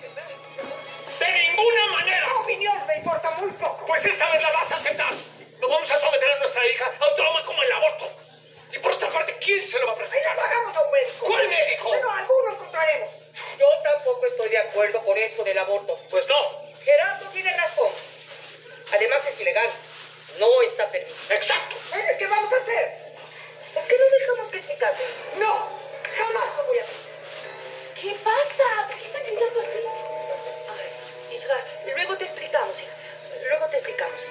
¡De ninguna manera! Tu opinión me importa muy poco. Pues esta vez la vas a aceptar. No vamos a someter a nuestra hija a un trauma como el aborto. Y por otra parte, ¿quién se lo va a Ahí le practicar? pagamos a un médico. ¿Cuál médico? Bueno, alguno encontraremos. Yo tampoco estoy de acuerdo con eso del aborto. Pues no. Gerardo tiene razón. Además es ilegal. No está permitido. Exacto. ¿Eh? ¿Qué vamos a hacer? ¿Por qué no dejamos que se case? No, jamás lo voy a hacer. ¿Qué pasa? ¿Por qué está gritando así? Ay, hija, luego te explicamos, hija. Luego te explicamos.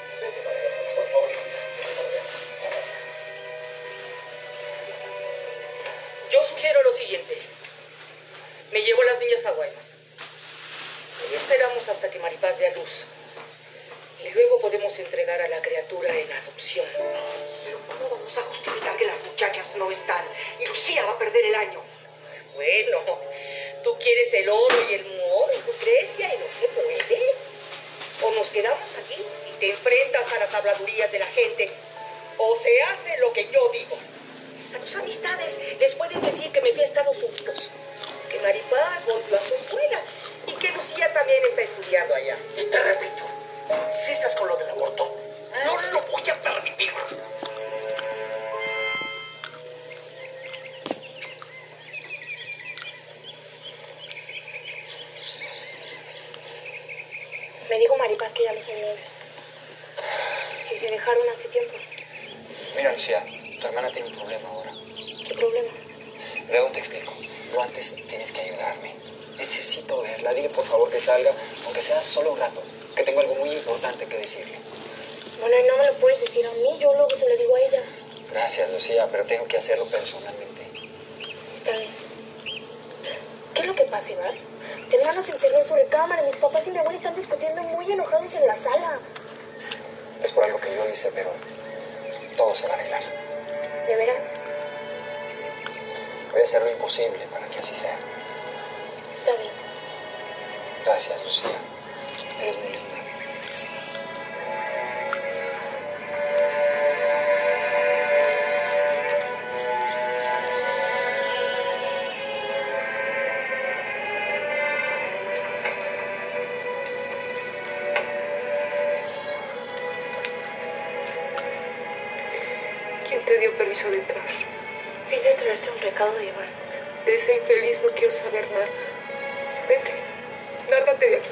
Yo sugiero lo siguiente. Me llevo las niñas a Guaymas. Ahí esperamos hasta que Maripaz dé a luz. Y luego podemos entregar a la criatura en adopción. Pero ¿cómo vamos a justificar que las muchachas no están? Y Lucía va a perder el año. Bueno, tú quieres el oro y el moro, Lucrecia, y no se puede. O nos quedamos aquí y te enfrentas a las habladurías de la gente, o se hace lo que yo digo. A tus amistades les puedes decir que me fui a Estados Unidos, que Maripaz volvió a su escuela y que Lucía también está estudiando allá. Y te repito, si insistes con lo del aborto, no lo voy a permitir. Me dijo Maripaz que ya no son novios. Que se dejaron hace tiempo. Mira, Lucía, tu hermana tiene un problema ahora. ¿Qué problema? Luego te explico. Pero antes tienes que ayudarme. Necesito verla. Dile por favor que salga, aunque sea solo un rato, que tengo algo muy importante que decirle. Bueno, y no me lo puedes decir a mí, yo luego se lo digo a ella. Gracias, Lucía, pero tengo que hacerlo personalmente. Está bien. ¿Qué es lo que pasa, Iván? Tu hermana se encerró en su recámara y mis papás y mi abuela están discutiendo muy enojados en la sala. Es por algo que yo hice, pero todo se va a arreglar. ¿De veras? Voy a hacer lo imposible para que así sea. Está bien. Gracias, Lucía. Eres muy linda. ¿Quién te dio permiso de entrar? Vine a traerte un recado, Iván. De ese infeliz no quiero saber nada. Vete, lárgate de aquí.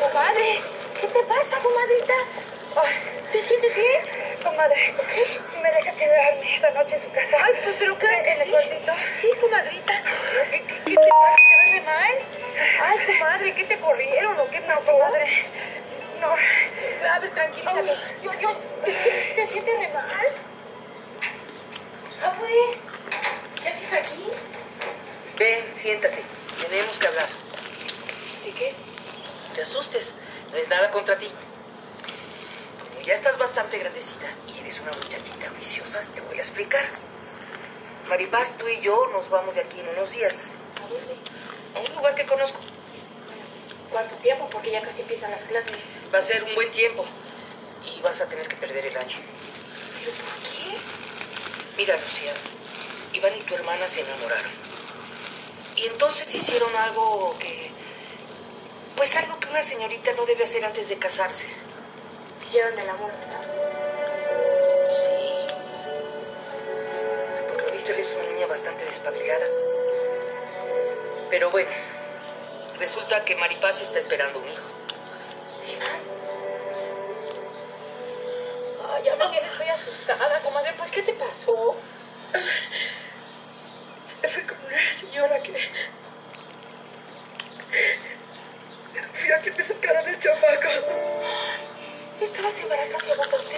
¡Comadre! ¿Qué te pasa, comadrita? ¿Te sientes bien? Comadre, Oh, ¿me deja quedarme esta noche en su casa? Ay, pues, pero ¿qué? ¿En el cuartito? Sí, comadrita. pues, ¿Qué, qué- qué te pasa? ¿Te duele mal? Ay, comadre, ¿qué te corrieron o qué pasó? Comadre, no. A ver, tranquilízate. Yo, yo, ¿Te, sien- te sientes re mal? Abue, ¿qué haces aquí? Ven, siéntate. Tenemos que hablar. ¿De qué? No te asustes, no es nada contra ti. Como ya estás bastante grandecita y eres una muchachita juiciosa, te voy a explicar. Maripaz, tú y yo nos vamos de aquí en unos días. A un lugar que conozco. ¿Cuánto tiempo? Porque ya casi empiezan las clases. Va a ser un buen tiempo y vas a tener que perder el año. ¿Pero por qué? Mira, Lucía, Iván y tu hermana se enamoraron. Y entonces hicieron algo que... Pues algo que una señorita no debe hacer antes de casarse. Hicieron el amor, ¿verdad? Sí. Por lo visto eres una niña bastante despabilada. Pero bueno, resulta que Maripaz está esperando un hijo. Ay, ya me tienes muy asustada, comadre. Pues, ¿qué te pasó? Fue con una señora hacía que me sacaran el chamaco. Estabas embarazada de botoncito.